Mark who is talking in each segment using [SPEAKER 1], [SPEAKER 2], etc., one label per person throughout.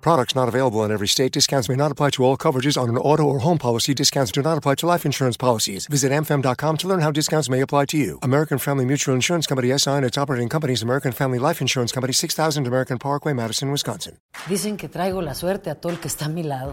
[SPEAKER 1] Products not available in every state. Discounts may not apply to all coverages on an auto or home policy. Discounts do not apply to life insurance policies. Visit amfam.com to learn how discounts may apply to you. American Family Mutual Insurance Company SI and its operating companies, American Family Life Insurance Company, 6000 American Parkway, Madison, Wisconsin.
[SPEAKER 2] Dicen que traigo la suerte a todo el que está a mi lado.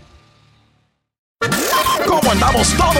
[SPEAKER 3] ¿Cómo andamos todos?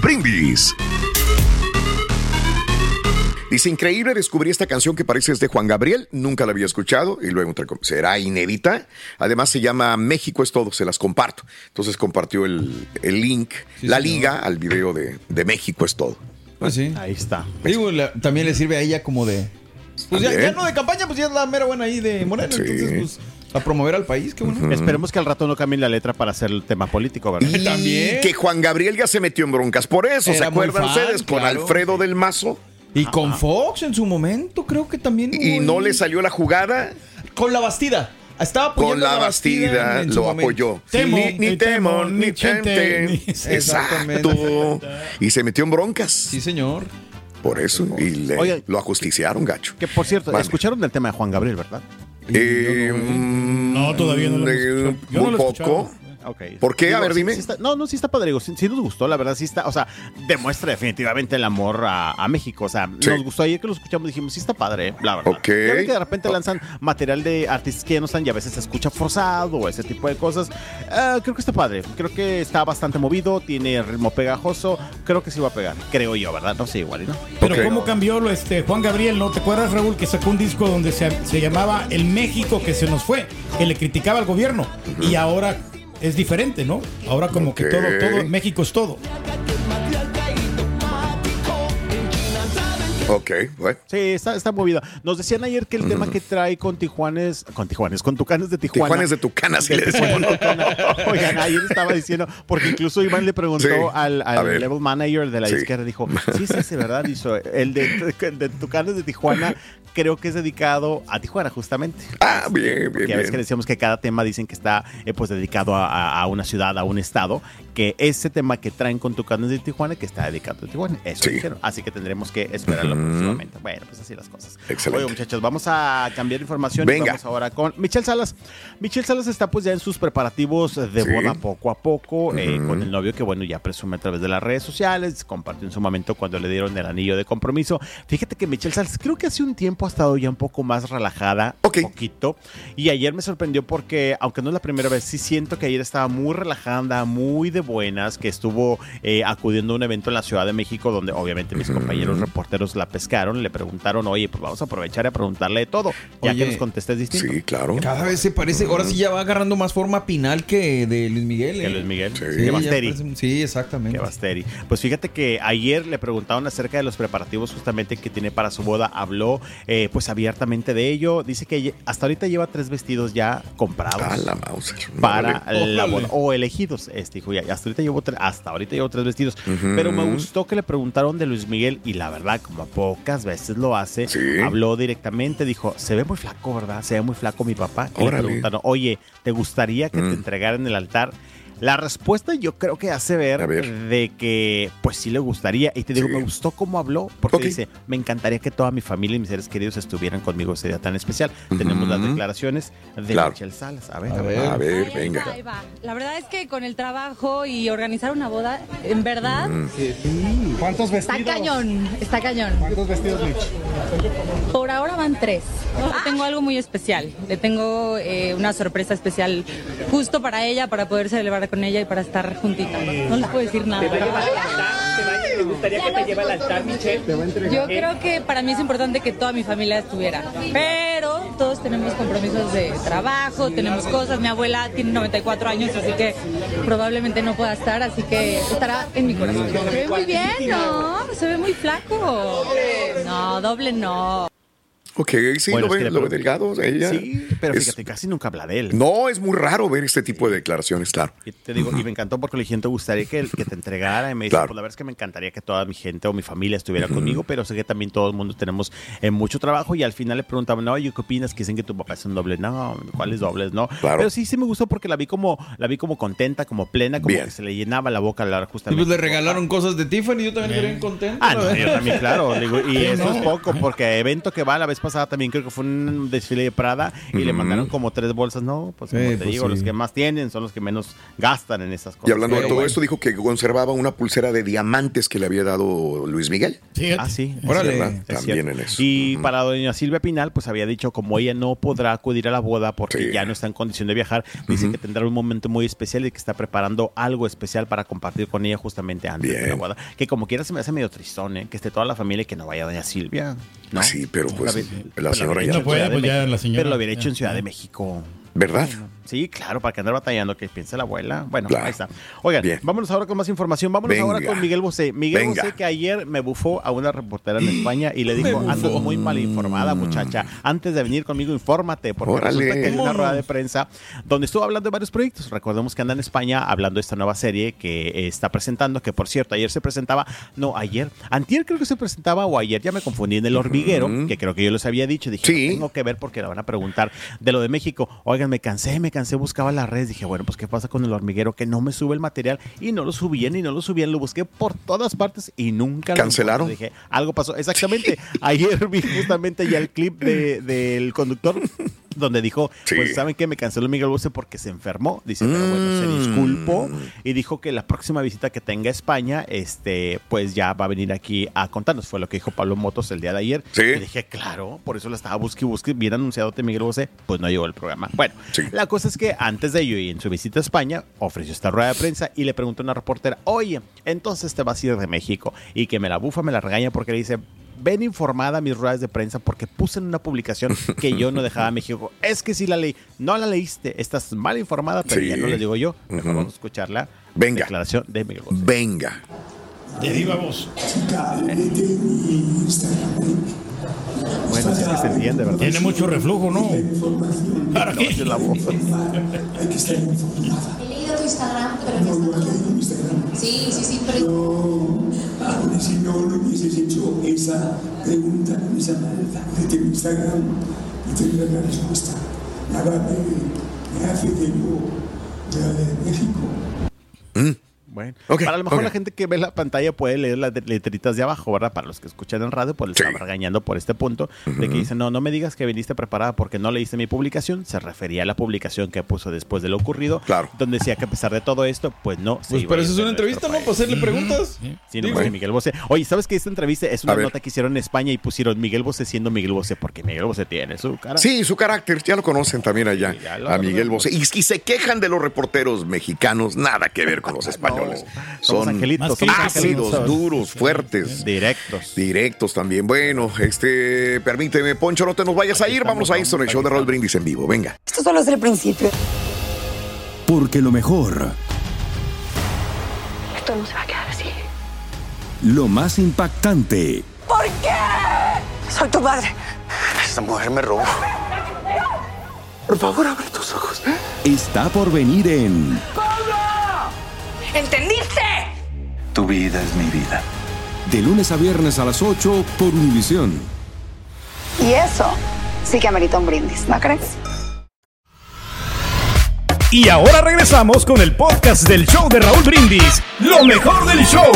[SPEAKER 3] Brindis.
[SPEAKER 4] Dice, increíble, descubrí esta canción que parece es de Juan Gabriel, nunca la había escuchado y luego entre com- será inédita. Además se llama México es todo, se las comparto. Entonces compartió el, el link, la liga al video de, de México es todo.
[SPEAKER 5] Pues sí.
[SPEAKER 6] Ahí está.
[SPEAKER 5] Digo, la- también le sirve a ella como de. Pues ya,
[SPEAKER 4] También.
[SPEAKER 5] ya no de campaña, pues ya es la mera buena ahí de Moreno.
[SPEAKER 4] Sí.
[SPEAKER 5] Entonces, pues, a promover al país, qué bueno.
[SPEAKER 6] Esperemos que al rato no cambien la letra para hacer el tema político, ¿verdad?
[SPEAKER 4] Y
[SPEAKER 5] También.
[SPEAKER 4] que Juan Gabriel ya se metió en broncas por eso, ¿se
[SPEAKER 5] Era muy
[SPEAKER 4] acuerdan
[SPEAKER 5] fan,
[SPEAKER 4] ustedes? Con
[SPEAKER 5] claro.
[SPEAKER 4] Alfredo del Mazo
[SPEAKER 5] Y con Fox en su momento, creo que también.
[SPEAKER 4] y
[SPEAKER 5] hubo
[SPEAKER 4] no
[SPEAKER 5] ahí-
[SPEAKER 4] le salió la jugada.
[SPEAKER 5] Con la bastida. Estaba apoyando
[SPEAKER 4] Con la
[SPEAKER 5] a
[SPEAKER 4] Bastida
[SPEAKER 5] en su
[SPEAKER 4] lo
[SPEAKER 5] momento.
[SPEAKER 4] apoyó.
[SPEAKER 5] Temo,
[SPEAKER 4] ni, ni
[SPEAKER 5] eh,
[SPEAKER 4] temo, ni
[SPEAKER 5] gente.
[SPEAKER 4] gente.
[SPEAKER 5] Exactamente.
[SPEAKER 4] Exacto. Y se metió en broncas.
[SPEAKER 5] Sí, señor.
[SPEAKER 4] Por eso, y le-
[SPEAKER 6] Oye,
[SPEAKER 4] lo ajusticiaron, gacho.
[SPEAKER 6] Que por cierto,
[SPEAKER 4] Vale.
[SPEAKER 6] escucharon el tema de Juan Gabriel, ¿verdad?
[SPEAKER 4] Eh,
[SPEAKER 7] No, todavía no lo hemos
[SPEAKER 4] eh,
[SPEAKER 7] escuchado. Yo no lo
[SPEAKER 4] Muy
[SPEAKER 7] he
[SPEAKER 4] poco.
[SPEAKER 6] Ok.
[SPEAKER 4] ¿Por qué? A
[SPEAKER 6] Digo,
[SPEAKER 4] ver,
[SPEAKER 6] sí-
[SPEAKER 4] dime.
[SPEAKER 6] sí está- no, no, sí está padre. Digo, sí, sí nos gustó, la verdad, sí está. O sea, demuestra definitivamente el amor a, a México. O sea,
[SPEAKER 4] Sí.
[SPEAKER 6] nos gustó ayer que lo escuchamos, dijimos, sí está padre, la verdad.
[SPEAKER 4] Ok.
[SPEAKER 6] Ya ven que de repente lanzan material de artistas que ya no están y a veces se escucha forzado o ese tipo de cosas. Ah, creo que está padre. Creo que está bastante movido, tiene ritmo pegajoso. Creo que sí va a pegar, creo yo, ¿verdad? No sé, igual, ¿y ¿no?
[SPEAKER 7] Pero
[SPEAKER 4] Ok.
[SPEAKER 7] cómo cambió lo, este Juan Gabriel, ¿no? ¿Te acuerdas, Raúl, que sacó un disco donde se, se llamaba El México que se nos fue, que le criticaba al gobierno? Y ahora es diferente, ¿no? Ahora como
[SPEAKER 4] Ok.
[SPEAKER 7] que todo, todo, México es todo.
[SPEAKER 4] Ok, bueno.
[SPEAKER 6] Sí, está, está movida. Nos decían ayer que el tema que trae con Tijuanes, con Tijuanes, con Tucanes de Tijuana.
[SPEAKER 4] Tijuana es de Tucana, si le decimos. ¿no?
[SPEAKER 6] Oigan, ayer estaba diciendo, porque incluso Iván le preguntó
[SPEAKER 4] Sí,
[SPEAKER 6] al,
[SPEAKER 4] a
[SPEAKER 6] al
[SPEAKER 4] ver.
[SPEAKER 6] level manager de la
[SPEAKER 4] Sí.
[SPEAKER 6] izquierda, dijo, sí, sí, sí, verdad, hizo el de, de Tucanes de Tijuana, creo que es dedicado a Tijuana, justamente.
[SPEAKER 4] Ah, bien, bien,
[SPEAKER 6] Porque a veces que
[SPEAKER 4] bien.
[SPEAKER 6] decíamos que cada tema dicen que está eh, pues dedicado a, a- a una ciudad, a un estado, que ese tema que traen con Tucanes de Tijuana, que está dedicado a Tijuana. Eso
[SPEAKER 4] Sí.
[SPEAKER 6] dijeron. Así que tendremos que esperarlo
[SPEAKER 4] Ujú.
[SPEAKER 6] próximamente. Bueno, pues así las cosas.
[SPEAKER 4] Excelente.
[SPEAKER 6] Oye, muchachos, vamos a cambiar información. y
[SPEAKER 4] Venga.
[SPEAKER 6] Vamos ahora con Michelle Salas. Michelle Salas está pues ya en sus preparativos de
[SPEAKER 4] Sí.
[SPEAKER 6] boda poco a poco, eh,
[SPEAKER 4] Ujú.
[SPEAKER 6] con el novio que bueno, ya presume a través de las redes sociales, compartió en su momento cuando le dieron el anillo de compromiso. Fíjate que Michelle Salas creo que hace un tiempo ha estado ya un poco más relajada,
[SPEAKER 4] Ok.
[SPEAKER 6] un poquito, y ayer me sorprendió porque, aunque no es la primera vez, sí siento que ayer estaba muy relajada, andaba muy de buenas, que estuvo eh, acudiendo a un evento en la Ciudad de México donde obviamente mis compañeros reporteros la pescaron, le preguntaron, oye, pues vamos a aprovechar a preguntarle de todo, ya
[SPEAKER 5] Oye.
[SPEAKER 6] que nos contestes distinto.
[SPEAKER 4] Sí, claro.
[SPEAKER 5] Cada vez se parece. Ahora sí ya va agarrando más forma Pinal que de Luis Miguel.
[SPEAKER 6] Que
[SPEAKER 5] ¿eh?
[SPEAKER 6] Luis Miguel,
[SPEAKER 4] Sí.
[SPEAKER 6] que
[SPEAKER 5] Sí, ya
[SPEAKER 6] Basteri.
[SPEAKER 5] parece- sí, exactamente.
[SPEAKER 6] Que Basteri. Pues fíjate que ayer le preguntaron acerca de los preparativos justamente que tiene para su boda. Habló eh, pues abiertamente de ello. Dice que lle- hasta ahorita lleva tres vestidos ya comprados.
[SPEAKER 4] Ah, la Mauser.
[SPEAKER 6] para
[SPEAKER 5] Órale.
[SPEAKER 6] la
[SPEAKER 5] Órale.
[SPEAKER 6] boda o elegidos este hijo ya hasta ahorita llevo tre- hasta ahorita llevo tres vestidos pero me gustó que le preguntaron de Luis Miguel y la verdad como pocas veces lo hace
[SPEAKER 4] Sí.
[SPEAKER 6] habló directamente dijo se ve muy flaco verdad se ve muy flaco mi papá y le
[SPEAKER 4] Órale.
[SPEAKER 6] preguntaron oye te gustaría que te
[SPEAKER 4] Mm.
[SPEAKER 6] entregaran el altar La respuesta yo creo que hace ver, de que pues sí le gustaría. Y te digo,
[SPEAKER 4] Sí.
[SPEAKER 6] me gustó cómo habló, porque
[SPEAKER 4] Ok.
[SPEAKER 6] dice, me encantaría que toda mi familia y mis seres queridos estuvieran conmigo ese día tan especial. Tenemos las declaraciones de
[SPEAKER 4] Claro.
[SPEAKER 6] Michelle Salas. A ver,
[SPEAKER 4] A
[SPEAKER 6] a ver.
[SPEAKER 4] ver, a ver,
[SPEAKER 8] Ahí va,
[SPEAKER 4] venga.
[SPEAKER 8] ahí va. La verdad es que con el trabajo y organizar una boda, en verdad,
[SPEAKER 7] ¿Cuántos
[SPEAKER 8] está cañón, está cañón.
[SPEAKER 7] ¿Cuántos vestidos, Mitch?
[SPEAKER 8] Por ahora van tres. Le tengo algo muy especial. Le tengo eh, una sorpresa especial justo para ella, para poder celebrar con ella y para estar juntita. No les puedo decir nada.
[SPEAKER 9] ¿Te gustaría que te lleve al altar, Michelle?
[SPEAKER 8] Yo creo que para mí es importante que toda mi familia estuviera, pero todos tenemos compromisos de trabajo, tenemos cosas. Mi abuela tiene 94 años, así que probablemente no pueda estar, así que estará en mi corazón. Se ve muy bien, ¿no? Se ve muy flaco. No, doble no.
[SPEAKER 4] Ok, sí,
[SPEAKER 6] Bueno,
[SPEAKER 4] lo,
[SPEAKER 6] es
[SPEAKER 4] ve,
[SPEAKER 6] que le
[SPEAKER 4] lo ve
[SPEAKER 6] pregunté.
[SPEAKER 4] delgado. Ella
[SPEAKER 6] Sí, pero
[SPEAKER 4] es-
[SPEAKER 6] fíjate, casi nunca habla de él.
[SPEAKER 4] No, es muy raro ver este tipo de declaraciones, claro.
[SPEAKER 6] Y te digo, y me encantó porque le dije, te gustaría que, que te entregara. Y me dice,
[SPEAKER 4] Claro.
[SPEAKER 6] pues la verdad es que me encantaría que toda mi gente o mi familia estuviera conmigo, pero sé que también todo el mundo tenemos eh, mucho trabajo. Y al final le preguntaban, no, ¿y qué opinas? Que dicen que tu papá es un doble. No, ¿cuáles dobles? No. Pero sí, sí me gustó porque la vi como, la vi como contenta, como plena, como
[SPEAKER 5] Bien.
[SPEAKER 6] que se le llenaba la boca al hablar
[SPEAKER 5] Y
[SPEAKER 6] justamente.
[SPEAKER 5] pues le regalaron cosas de Tiffany, yo también
[SPEAKER 7] Eh.
[SPEAKER 5] quería contento.
[SPEAKER 6] Ah, no, yo también, claro. le digo, y
[SPEAKER 5] Sí,
[SPEAKER 6] eso
[SPEAKER 5] no.
[SPEAKER 6] es poco, porque evento que va la vez pasada también creo que fue un desfile de Prada y le mandaron como tres bolsas. No, pues como
[SPEAKER 4] Eh,
[SPEAKER 6] te
[SPEAKER 4] pues
[SPEAKER 6] digo,
[SPEAKER 4] sí.
[SPEAKER 6] los que más tienen son los que menos gastan en esas cosas.
[SPEAKER 4] Y hablando de
[SPEAKER 6] Pero
[SPEAKER 4] todo
[SPEAKER 6] bueno.
[SPEAKER 4] esto, dijo que conservaba una pulsera de diamantes que le había dado Luis Miguel.
[SPEAKER 6] Ah, sí.
[SPEAKER 4] Órale.
[SPEAKER 6] Es
[SPEAKER 4] ¿Verdad?
[SPEAKER 6] es
[SPEAKER 4] También
[SPEAKER 6] cierto.
[SPEAKER 4] en eso.
[SPEAKER 6] Y para doña Silvia Pinal, pues había dicho, como ella no podrá acudir a la boda porque ya no está en condición de viajar, dice que tendrá un momento muy especial y que está preparando algo especial para compartir con ella justamente antes de la boda. Que como quiera se me hace medio tristón, ¿eh? que esté toda la familia y que no vaya doña Silvia. ¿no?
[SPEAKER 4] Sí, pero pues
[SPEAKER 6] vi-
[SPEAKER 4] la
[SPEAKER 6] pues
[SPEAKER 4] señora
[SPEAKER 6] había
[SPEAKER 4] ya
[SPEAKER 6] hecho
[SPEAKER 4] no
[SPEAKER 6] en
[SPEAKER 4] puede,
[SPEAKER 6] Ciudad de
[SPEAKER 4] pues, ya
[SPEAKER 6] México.
[SPEAKER 4] la señora-
[SPEAKER 6] Pero lo hubiera
[SPEAKER 4] ya.
[SPEAKER 6] hecho en Ciudad de México.
[SPEAKER 4] ¿Verdad?
[SPEAKER 6] Sí, claro, para que andar batallando, que piensa la abuela. Bueno, ahí está. Oigan, vámonos ahora con más información. Vámonos ahora
[SPEAKER 4] Venga.
[SPEAKER 6] con Miguel Bosé. Miguel
[SPEAKER 4] Venga.
[SPEAKER 6] Bosé que ayer me bufó a una reportera en España y le dijo, andas muy mal informada, muchacha. Antes de venir conmigo, infórmate, porque
[SPEAKER 4] Mm. Órale.
[SPEAKER 6] resulta que hay una
[SPEAKER 4] Vámonos.
[SPEAKER 6] rueda de prensa donde estuvo hablando de varios proyectos. Recordemos que anda en España hablando de esta nueva serie que eh, está presentando, que por cierto, ayer se presentaba, no, ayer, antier creo que se presentaba o ayer, ya me confundí, en El Hormiguero, que creo que yo les había dicho, dije, "No tengo que ver porque la van a preguntar de lo de México. Oigan, me cansé, me cansé, buscaba las redes, dije, bueno, pues qué pasa con El Hormiguero, que no me sube el material y no lo subían y no lo subían, lo busqué por todas partes y nunca lo
[SPEAKER 4] ¿Cancelaron?
[SPEAKER 6] encontré. Dije, algo pasó, exactamente, ayer vi justamente ya el clip de- del conductor donde dijo, pues saben que me canceló Miguel Bosé porque se enfermó, dice, pero bueno, se disculpó y dijo que la próxima visita que tenga a España, este, pues ya va a venir aquí a contarnos, fue lo que dijo Pablo Motos el día de ayer. Y dije, claro, por eso la estaba busque y busque, bien anunciadote Miguel Bosé, pues no llegó el programa. Bueno, la cosa es que antes de ello y en su visita a España, ofreció esta rueda de prensa y le preguntó a una reportera, oye, entonces te vas a ir de México y que me la bufa, me la regaña porque le dice, ven informada a mis ruedas de prensa porque puse en una publicación que yo no dejaba a México. Es que si la leí, no la leíste, estás mal informada, pero
[SPEAKER 4] Sí.
[SPEAKER 6] ya no la digo yo. Mejor
[SPEAKER 4] Ujú.
[SPEAKER 6] vamos a escuchar la
[SPEAKER 4] Venga.
[SPEAKER 6] declaración de Miguel Bosé.
[SPEAKER 4] Venga.
[SPEAKER 7] Te digo a vos.
[SPEAKER 6] Bueno, sí es que se entiende, ¿verdad?
[SPEAKER 7] Tiene mucho reflujo, ¿no? Para mí.
[SPEAKER 10] Hay que estar informada.
[SPEAKER 11] He leído tu Instagram, pero
[SPEAKER 10] No, no has leído mi Instagram.
[SPEAKER 11] Sí, sí, sí,
[SPEAKER 10] No, ah, porque si no, no hubieses hecho esa pregunta con esa maldad de tu Instagram y tendrías la respuesta. La verdad me, me hace de nuevo la de México.
[SPEAKER 6] Bueno, para a lo mejor la gente que ve la pantalla puede leer las de- letritas de abajo, ¿verdad? Para los que escuchan en radio, pues les estaba regañando por este punto de que dicen, no, no me digas que viniste preparada porque no leíste mi publicación. Se refería a la publicación que puso después de lo ocurrido, claro. donde decía que a pesar de todo esto, pues no. se
[SPEAKER 5] Pues,
[SPEAKER 6] iba a
[SPEAKER 5] pero
[SPEAKER 6] ir
[SPEAKER 5] eso es
[SPEAKER 6] de
[SPEAKER 5] una
[SPEAKER 6] nuestro
[SPEAKER 5] entrevista, ¿no?
[SPEAKER 6] país.
[SPEAKER 5] Para hacerle preguntas.
[SPEAKER 6] Sí, no,
[SPEAKER 5] Digo,
[SPEAKER 6] porque Miguel Bosé. Oye, ¿sabes que esta entrevista es una nota que hicieron en España y pusieron Miguel Bosé siendo Miguel Bosé? Porque Miguel Bosé tiene su cara.
[SPEAKER 4] Sí, su carácter, ya lo conocen también allá,
[SPEAKER 6] lo
[SPEAKER 4] a Miguel
[SPEAKER 6] conocemos.
[SPEAKER 4] Bosé. Y, y se quejan de los reporteros mexicanos, nada que ver con los españoles.
[SPEAKER 6] somos
[SPEAKER 4] Son
[SPEAKER 6] angelitos, Más somos
[SPEAKER 4] ácidos,
[SPEAKER 6] angelitos.
[SPEAKER 4] duros, fuertes.
[SPEAKER 6] Directos.
[SPEAKER 4] Directos también. Bueno, este, permíteme, Poncho, no te nos vayas a ir. Vamos a esto en el show de Raúl Brindis en vivo. Venga.
[SPEAKER 12] Esto solo es el principio.
[SPEAKER 13] Porque lo mejor,
[SPEAKER 12] Esto no se va a quedar así.
[SPEAKER 13] lo más impactante,
[SPEAKER 12] ¿Por qué? Soy tu padre.
[SPEAKER 13] Esta mujer me robó.
[SPEAKER 10] Por favor, abre tus ojos.
[SPEAKER 13] ¿eh? está por venir en
[SPEAKER 12] ¡Pablo! ¿Entendiste?
[SPEAKER 13] Tu vida es mi vida. De lunes a viernes a las 8 por Univisión.
[SPEAKER 12] Y eso sí que amerita un brindis, ¿no crees?
[SPEAKER 14] Y ahora regresamos con el podcast del show de Raúl Brindis. Lo mejor del show.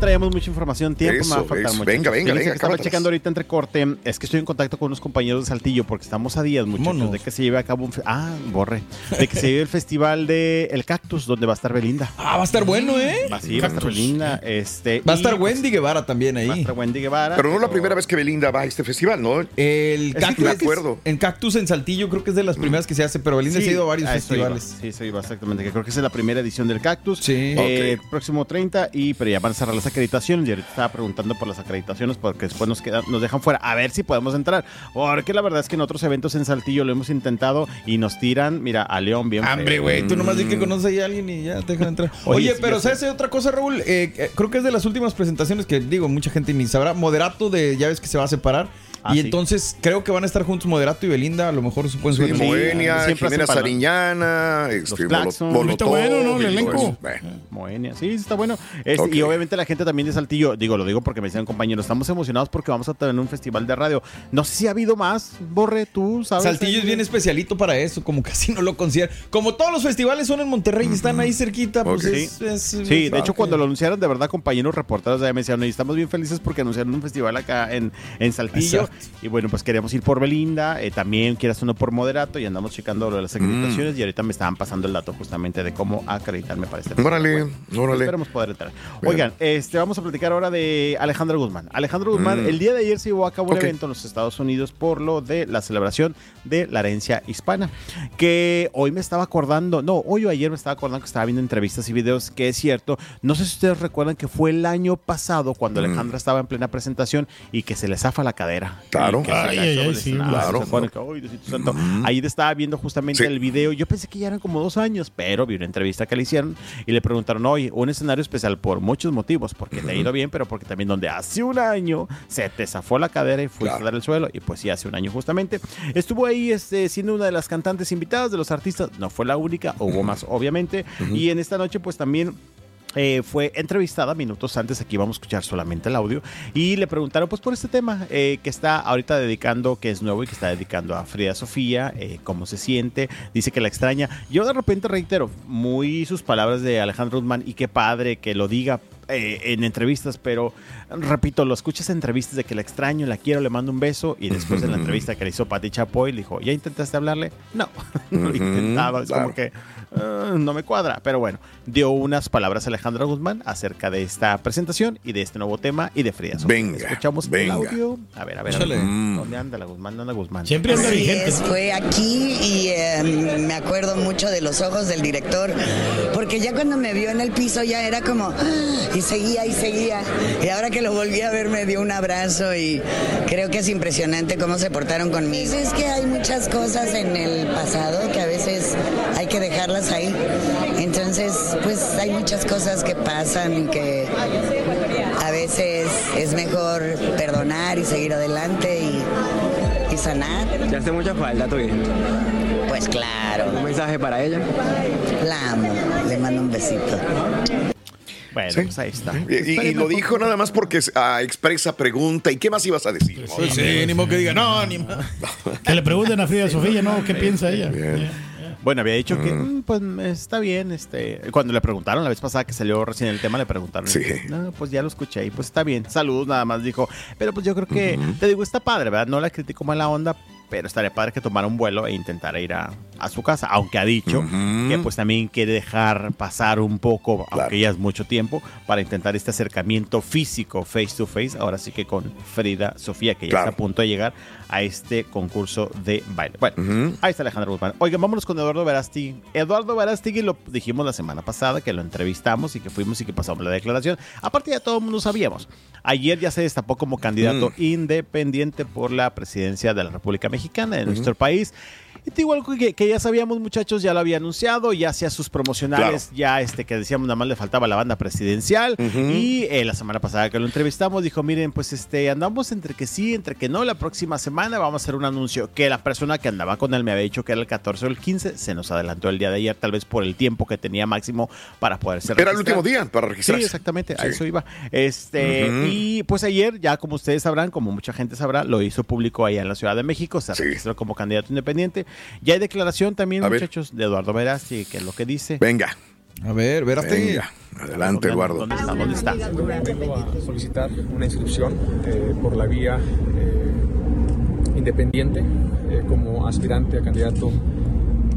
[SPEAKER 6] Traemos mucha información, tiempo me va a
[SPEAKER 4] Eso,
[SPEAKER 6] faltar
[SPEAKER 4] eso.
[SPEAKER 6] muchachos.
[SPEAKER 4] Venga, venga,
[SPEAKER 6] Fíjense
[SPEAKER 4] venga,
[SPEAKER 6] que Estaba
[SPEAKER 4] cámbiatelas.
[SPEAKER 6] checando ahorita entre corte. Es que estoy en contacto con unos compañeros de Saltillo porque estamos a días, muchachos, de que se lleve a cabo un. fe- Ah, borre. De que se lleve el festival de El Cactus, donde va a estar Belinda.
[SPEAKER 5] Ah, va a estar bueno, ¿eh?
[SPEAKER 6] Va, sí, va a estar
[SPEAKER 5] Cactus.
[SPEAKER 6] Belinda. Este,
[SPEAKER 5] Va a estar
[SPEAKER 6] y- pues,
[SPEAKER 5] Wendy Guevara también ahí.
[SPEAKER 6] Va a estar Wendy Guevara.
[SPEAKER 4] Pero no es la primera vez que Belinda va a este festival, ¿no?
[SPEAKER 5] El Cactus.
[SPEAKER 4] Me
[SPEAKER 5] creo que es-
[SPEAKER 4] acuerdo.
[SPEAKER 5] En Cactus en Saltillo creo que es de las primeras que se hace, pero Belinda
[SPEAKER 6] Mm. Sí,
[SPEAKER 5] ha ido a varios
[SPEAKER 6] a eso
[SPEAKER 5] festivales.
[SPEAKER 6] iba. Sí, eso iba exactamente. que creo que esa es la primera edición del Cactus.
[SPEAKER 5] Sí.
[SPEAKER 6] Eh, Próximo 30, y, pero ya van a cerrar las acreditaciones. Y ahorita estaba preguntando por las acreditaciones porque después nos, quedan, nos dejan fuera. A ver si podemos entrar. Porque la verdad es que en otros eventos en Saltillo lo hemos intentado y nos tiran, mira, a León bien.
[SPEAKER 5] Hombre, güey, tú nomás di que conoces ahí a alguien y ya te dejan entrar.
[SPEAKER 6] Mm. Oye,
[SPEAKER 5] Oye,
[SPEAKER 6] sí,
[SPEAKER 5] pero
[SPEAKER 6] ya
[SPEAKER 5] ¿sabes otra cosa, Raúl? Eh, eh, creo que es de las últimas presentaciones que, digo, mucha gente ni sabrá. Moderato de Llaves que se va a separar.
[SPEAKER 6] Ah,
[SPEAKER 5] y
[SPEAKER 6] sí.
[SPEAKER 5] entonces creo que van a estar juntos Moderato y Belinda. A lo mejor se pueden
[SPEAKER 4] Sí,
[SPEAKER 5] suerte.
[SPEAKER 4] Moenia,
[SPEAKER 5] Siempre
[SPEAKER 4] Jimena
[SPEAKER 5] hacen pan-
[SPEAKER 4] Sariñana, este,
[SPEAKER 6] Claxon.
[SPEAKER 4] Molotov,
[SPEAKER 6] Está bueno, ¿no? El
[SPEAKER 4] y todo
[SPEAKER 6] elenco.
[SPEAKER 4] eso. Bueno.
[SPEAKER 6] Moenia, sí, está bueno. Este, Y obviamente la gente también de Saltillo, digo, lo digo porque me decían compañeros, estamos emocionados porque vamos a tener un festival de radio. No sé si ha habido más, Borre, tú sabes.
[SPEAKER 5] Saltillo es bien especialito para eso, como casi no lo considera. Como todos los festivales son en Monterrey y están ahí cerquita, pues
[SPEAKER 6] Ok.
[SPEAKER 5] es- es-
[SPEAKER 6] Sí, de
[SPEAKER 5] es-
[SPEAKER 6] hecho cuando lo anunciaron, de verdad, compañeros reporteros de ahí me decían, "Oye, estamos bien felices porque anunciaron un festival acá en, en Saltillo.
[SPEAKER 5] Exacto.
[SPEAKER 6] Y bueno, pues queríamos ir por Belinda, eh, también quieras uno por Moderato y andamos checando lo
[SPEAKER 4] Mm.
[SPEAKER 6] de las acreditaciones y ahorita me estaban pasando el dato justamente de cómo acreditarme para este
[SPEAKER 4] Órale, órale.
[SPEAKER 6] Esperemos poder entrar.
[SPEAKER 4] Bien.
[SPEAKER 6] Oigan, este, vamos a platicar ahora de Alejandra Guzmán. Alejandra Guzmán,
[SPEAKER 4] Mm.
[SPEAKER 6] el día de ayer se llevó a cabo
[SPEAKER 4] Ok.
[SPEAKER 6] un evento en los Estados Unidos por lo de la celebración de la herencia hispana. Que hoy me estaba acordando, no, hoy o ayer me estaba acordando que estaba viendo entrevistas y videos, que es cierto. No sé si ustedes recuerdan que fue el año pasado cuando
[SPEAKER 4] Mm.
[SPEAKER 6] Alejandra estaba en plena presentación y que se le zafa la cadera.
[SPEAKER 4] Claro.
[SPEAKER 6] Y que se
[SPEAKER 4] Ay,
[SPEAKER 6] le
[SPEAKER 4] ay,
[SPEAKER 6] hizo
[SPEAKER 4] ay,
[SPEAKER 6] lesionar,
[SPEAKER 4] sí,
[SPEAKER 6] ¿se
[SPEAKER 4] claro.
[SPEAKER 6] acuerdan? Que, "Ay, Diosito santo". Ahí estaba viendo justamente
[SPEAKER 4] Sí.
[SPEAKER 6] el video. Yo pensé que ya eran como dos años, pero vi una entrevista que le hicieron y le preguntaron, oye, un escenario especial por muchos motivos, porque te ha ido bien, pero porque también donde hace un año se te zafó la cadera y fuiste a dar el suelo, y pues sí, hace un año justamente. Estuvo ahí este, siendo una de las cantantes invitadas de los artistas, no fue la única, hubo más obviamente, y en esta noche pues también... eh, fue entrevistada minutos antes, aquí vamos a escuchar solamente el audio, y le preguntaron pues por este tema eh, que está ahorita dedicando, que es nuevo y que está dedicando a Frida Sofía, eh, cómo se siente, dice que la extraña. Yo de repente reitero, muy sus palabras de Alejandro Guzmán, y qué padre que lo diga eh, en entrevistas, pero repito, lo escuchas en entrevistas de que la extraño, la quiero, le mando un beso, y después en la entrevista que le hizo Pati Chapoy, le dijo, ¿ya intentaste hablarle? No, no lo he
[SPEAKER 4] Ujú,
[SPEAKER 6] intentado, es como
[SPEAKER 4] claro.
[SPEAKER 6] que "Ah, no me cuadra, pero bueno, dio unas palabras a Alejandra Guzmán acerca de esta presentación y de este nuevo tema y de Frida Sofía.
[SPEAKER 4] Venga,
[SPEAKER 6] Escuchamos el
[SPEAKER 4] venga.
[SPEAKER 6] audio. A ver, a ver, a ver.
[SPEAKER 4] Échale. Mm.
[SPEAKER 6] ¿dónde anda la Guzmán? ¿Dónde anda Guzmán?
[SPEAKER 15] Así es, fue aquí y eh, me acuerdo mucho de los ojos del director, porque ya cuando me vio en el piso ya era como, "Ah", y seguía y seguía. Y ahora que lo volví a ver me dio un abrazo y creo que es impresionante cómo se portaron conmigo. Pues es que hay muchas cosas en el pasado que a veces hay que dejarlas ahí. Entonces, pues hay muchas cosas que pasan y que a veces es mejor perdonar y seguir adelante y- y sanar.
[SPEAKER 16] Te hace mucha falta tu hija.
[SPEAKER 15] Pues claro.
[SPEAKER 16] ¿Un mensaje para ella?
[SPEAKER 15] La amo. Le mando un besito.
[SPEAKER 6] Bueno, pues ahí está.
[SPEAKER 4] Y, y- y lo dijo nada más porque ah, expresa pregunta. ¿Y qué más ibas a decir?
[SPEAKER 7] Sí,
[SPEAKER 5] pues,
[SPEAKER 7] sí, ni modo que diga, no, ni modo. Que le pregunten a Frida Sofía, ¿no? ¿Qué piensa ella?
[SPEAKER 6] Bueno, había dicho que mm, pues está bien, este, cuando le preguntaron la vez pasada que salió recién el tema le preguntaron,
[SPEAKER 4] Sí.
[SPEAKER 6] no, pues ya lo escuché y pues está bien, saludos nada más dijo, pero pues yo creo que te digo está padre, ¿verdad? No la critico mala onda, pero estaría padre que tomara un vuelo e intentara ir a, a su casa, aunque ha dicho que pues también quiere dejar pasar un poco, aunque ya es mucho tiempo, para intentar este acercamiento físico face to face, ahora sí que con Frida Sofía que ya está a punto de llegar a este concurso de baile. Bueno, ahí está Alejandro Guzmán. Oigan, vámonos con Eduardo Verástegui. Eduardo Verástegui lo dijimos la semana pasada, que lo entrevistamos y que fuimos y que pasamos la declaración. Aparte ya todo el mundo sabíamos. Ayer ya se destapó como candidato independiente por la presidencia de la República Mexicana en nuestro país. Y te digo algo que, que ya sabíamos, muchachos, ya lo había anunciado, ya hacía sus promocionales, ya este que decíamos nada más le faltaba la banda presidencial. Y eh, la semana pasada que lo entrevistamos, dijo: Miren, pues este, andamos entre que sí, entre que no. La próxima semana vamos a hacer un anuncio que la persona que andaba con él me había dicho que era el 14 o el 15, se nos adelantó el día de ayer, tal vez por el tiempo que tenía máximo para poder ser
[SPEAKER 4] Era el último día para
[SPEAKER 6] Sí,
[SPEAKER 4] registrarse.
[SPEAKER 6] exactamente, a
[SPEAKER 4] Sí.
[SPEAKER 6] eso iba. Este,
[SPEAKER 4] Ujú.
[SPEAKER 6] y pues ayer, ya como ustedes sabrán, como mucha gente sabrá, lo hizo público allá en la Ciudad de México, se registró como candidato independiente. dice. Ya hay declaración también,
[SPEAKER 4] A ver.
[SPEAKER 6] muchachos, de Eduardo Verástegui, que es lo que dice.
[SPEAKER 4] Venga.
[SPEAKER 5] A ver, Verástegui.
[SPEAKER 4] Venga, adelante, Eduardo.
[SPEAKER 6] ¿Dónde está? ¿Dónde está?
[SPEAKER 17] Eh, Vengo a solicitar una inscripción eh, por la vía eh, independiente eh, como aspirante a candidato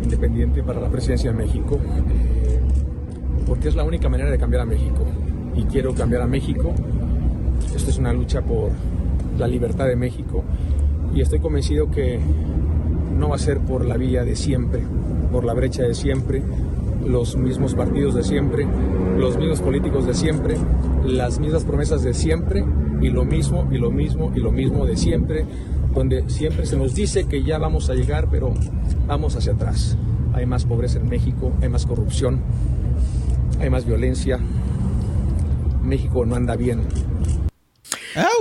[SPEAKER 17] independiente para la presidencia de México, eh, porque es la única manera de cambiar a México. Y quiero cambiar a México. Esto es una lucha por la libertad de México y estoy convencido que no va a ser por la vía de siempre, por la brecha de siempre, los mismos partidos de siempre, los mismos políticos de siempre, las mismas promesas de siempre y lo mismo y lo mismo y lo mismo de siempre, donde siempre se nos dice que ya vamos a llegar, pero vamos hacia atrás. Hay más pobreza en México, hay más corrupción, hay más violencia. México no anda bien.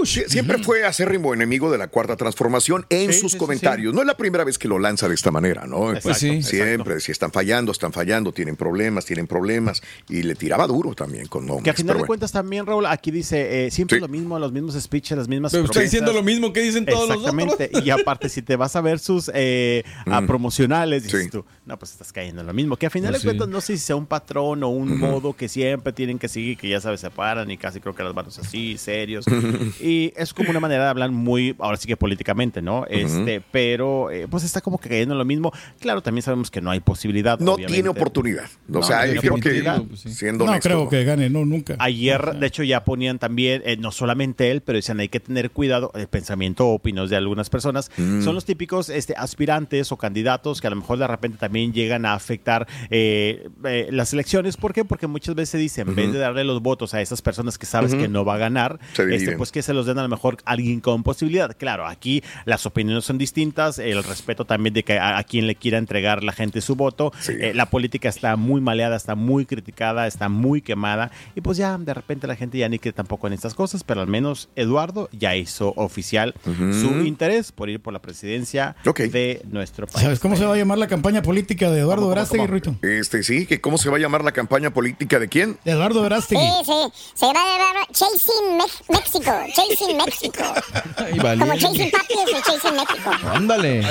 [SPEAKER 4] Sie- Siempre fue acérrimo enemigo de la cuarta transformación en sus comentarios. No es la primera vez que lo lanza de esta manera, ¿no?
[SPEAKER 5] Exacto, Pues sí.
[SPEAKER 4] Siempre decía, están fallando, están fallando, tienen problemas, tienen problemas. Y le tiraba duro también con nombres.
[SPEAKER 6] Que a final
[SPEAKER 4] pero
[SPEAKER 6] de cuentas también, Raúl, aquí dice eh, siempre lo mismo, los mismos speeches, las mismas
[SPEAKER 5] Pero está
[SPEAKER 6] promesas.
[SPEAKER 5] diciendo lo mismo que dicen todos los otros.
[SPEAKER 6] Exactamente. Y aparte, si te vas a ver sus eh, a
[SPEAKER 4] Mm.
[SPEAKER 6] promocionales, dices tú, no, pues estás cayendo en lo mismo. Que a final
[SPEAKER 5] Pues
[SPEAKER 6] de cuentas,
[SPEAKER 5] sí.
[SPEAKER 6] no sé si sea un patrón o un modo que siempre tienen que seguir, que ya sabes, se paran y casi creo que las manos así, serios. y es como una manera de hablar muy, ahora sí que políticamente, ¿no? Este, pero eh, pues está como que cayendo en lo mismo. Claro, también sabemos que no hay posibilidad.
[SPEAKER 4] No
[SPEAKER 6] obviamente.
[SPEAKER 4] tiene oportunidad. O
[SPEAKER 6] No, pues no
[SPEAKER 4] sea,
[SPEAKER 6] tiene
[SPEAKER 4] yo creo que,
[SPEAKER 6] oportunidad.
[SPEAKER 4] siendo
[SPEAKER 7] No
[SPEAKER 4] honesto,
[SPEAKER 7] creo que gane, no, nunca.
[SPEAKER 6] Ayer, de hecho, ya ponían también, eh, no solamente él, pero dicen hay que tener cuidado, el pensamiento o opinión de algunas personas.
[SPEAKER 5] Mm.
[SPEAKER 6] Son los típicos este, aspirantes o candidatos que a lo mejor de repente también llegan a afectar eh, eh, las elecciones. ¿Por qué? Porque muchas veces se dice, en vez de darle los votos a esas personas que sabes
[SPEAKER 5] Ujú.
[SPEAKER 6] que no va a ganar,
[SPEAKER 5] Se
[SPEAKER 6] este,
[SPEAKER 5] dividen.
[SPEAKER 6] pues que se los den a lo mejor a alguien con posibilidad. Claro, aquí las opiniones son distintas, el respeto también de que a, a quien le quiera entregar la gente su voto. Eh, la política está muy maleada, está muy criticada, está muy quemada. Y pues ya de repente la gente ya ni cree tampoco en estas cosas, pero al menos Eduardo ya hizo oficial su interés por ir por la presidencia de nuestro país.
[SPEAKER 7] ¿Sabes cómo se va a llamar la campaña política de Eduardo Verástegui, Ruito?
[SPEAKER 4] Este, sí, que ¿cómo se va a llamar la campaña política de quién?
[SPEAKER 7] De Eduardo Verástegui.
[SPEAKER 18] Sí, sí. Se va a llamar Chasing Mex- México. Chasing México. Como Chasing Papias o Chasing México.
[SPEAKER 5] Ándale.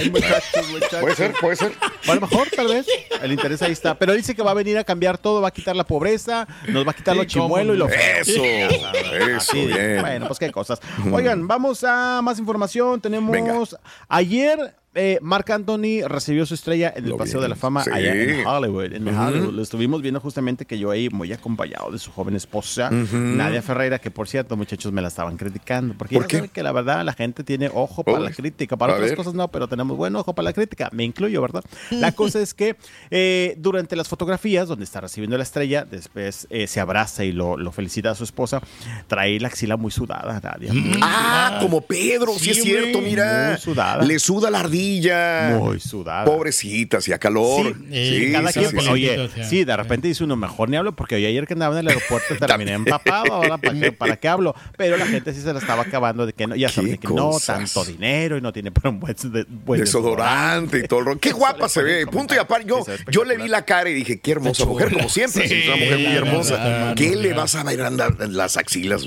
[SPEAKER 4] Puede ser, puede ser.
[SPEAKER 6] A lo mejor, tal vez. El interés ahí está. Pero dice que va a venir a cambiar todo, va a quitar la pobreza, nos va a quitar
[SPEAKER 5] Sí,
[SPEAKER 6] lo chimuelo y lo feo.
[SPEAKER 4] Eso,
[SPEAKER 6] Sí, o sea,
[SPEAKER 4] eso,
[SPEAKER 6] así,
[SPEAKER 4] bien.
[SPEAKER 6] Bueno, pues qué cosas. Oigan, vamos a más información. Tenemos.
[SPEAKER 4] Venga.
[SPEAKER 6] Ayer. Eh, Mark Anthony recibió su estrella en el Paseo de la Fama
[SPEAKER 4] sí.
[SPEAKER 6] allá en Hollywood. En
[SPEAKER 4] Ujú.
[SPEAKER 6] Hollywood. Lo estuvimos viendo justamente que yo ahí muy acompañado de su joven esposa,
[SPEAKER 4] Ujú.
[SPEAKER 6] Nadia Ferreira, que por cierto, muchachos, me la estaban criticando. Porque ya saben que la verdad la gente tiene ojo para la
[SPEAKER 4] Uy.
[SPEAKER 6] crítica. Para
[SPEAKER 4] A
[SPEAKER 6] otras
[SPEAKER 4] ver.
[SPEAKER 6] cosas no, pero tenemos buen ojo para la crítica. Me incluyo, ¿verdad? La cosa es que eh, durante las fotografías, donde está recibiendo la estrella, después eh, se abraza y lo, lo felicita a su esposa, trae la axila muy sudada, Nadia.
[SPEAKER 4] Ah, como Pedro, sí,
[SPEAKER 6] Sí,
[SPEAKER 4] es cierto,
[SPEAKER 6] güey.
[SPEAKER 4] mira.
[SPEAKER 6] Muy sudada.
[SPEAKER 4] Le suda la ardilla.
[SPEAKER 6] Muy sudada.
[SPEAKER 4] Pobrecita, hacía calor.
[SPEAKER 6] Sí,
[SPEAKER 4] Sí,
[SPEAKER 6] cada
[SPEAKER 4] sí,
[SPEAKER 6] quien,
[SPEAKER 4] sí,
[SPEAKER 6] pues,
[SPEAKER 4] sí.
[SPEAKER 6] oye, sí, de repente dice uno, mejor ni hablo, porque hoy ayer que andaba en el aeropuerto terminé empapado, ahora para qué, para qué hablo. Pero la gente sí se la estaba acabando de que no, ya saben de que
[SPEAKER 4] cosas.
[SPEAKER 6] no, tanto dinero y no tiene para un buen, pues, de- buen
[SPEAKER 4] Desodorante y todo el rollo. Qué guapa se ve. Punto y aparte. Yo, yo le vi la cara y dije, qué hermosa mujer, como siempre.
[SPEAKER 6] Sí,
[SPEAKER 4] es una mujer muy
[SPEAKER 6] la
[SPEAKER 4] hermosa.
[SPEAKER 6] verdad,
[SPEAKER 4] ¿Qué
[SPEAKER 6] no,
[SPEAKER 4] le
[SPEAKER 6] claro.
[SPEAKER 4] vas a bailar las axilas?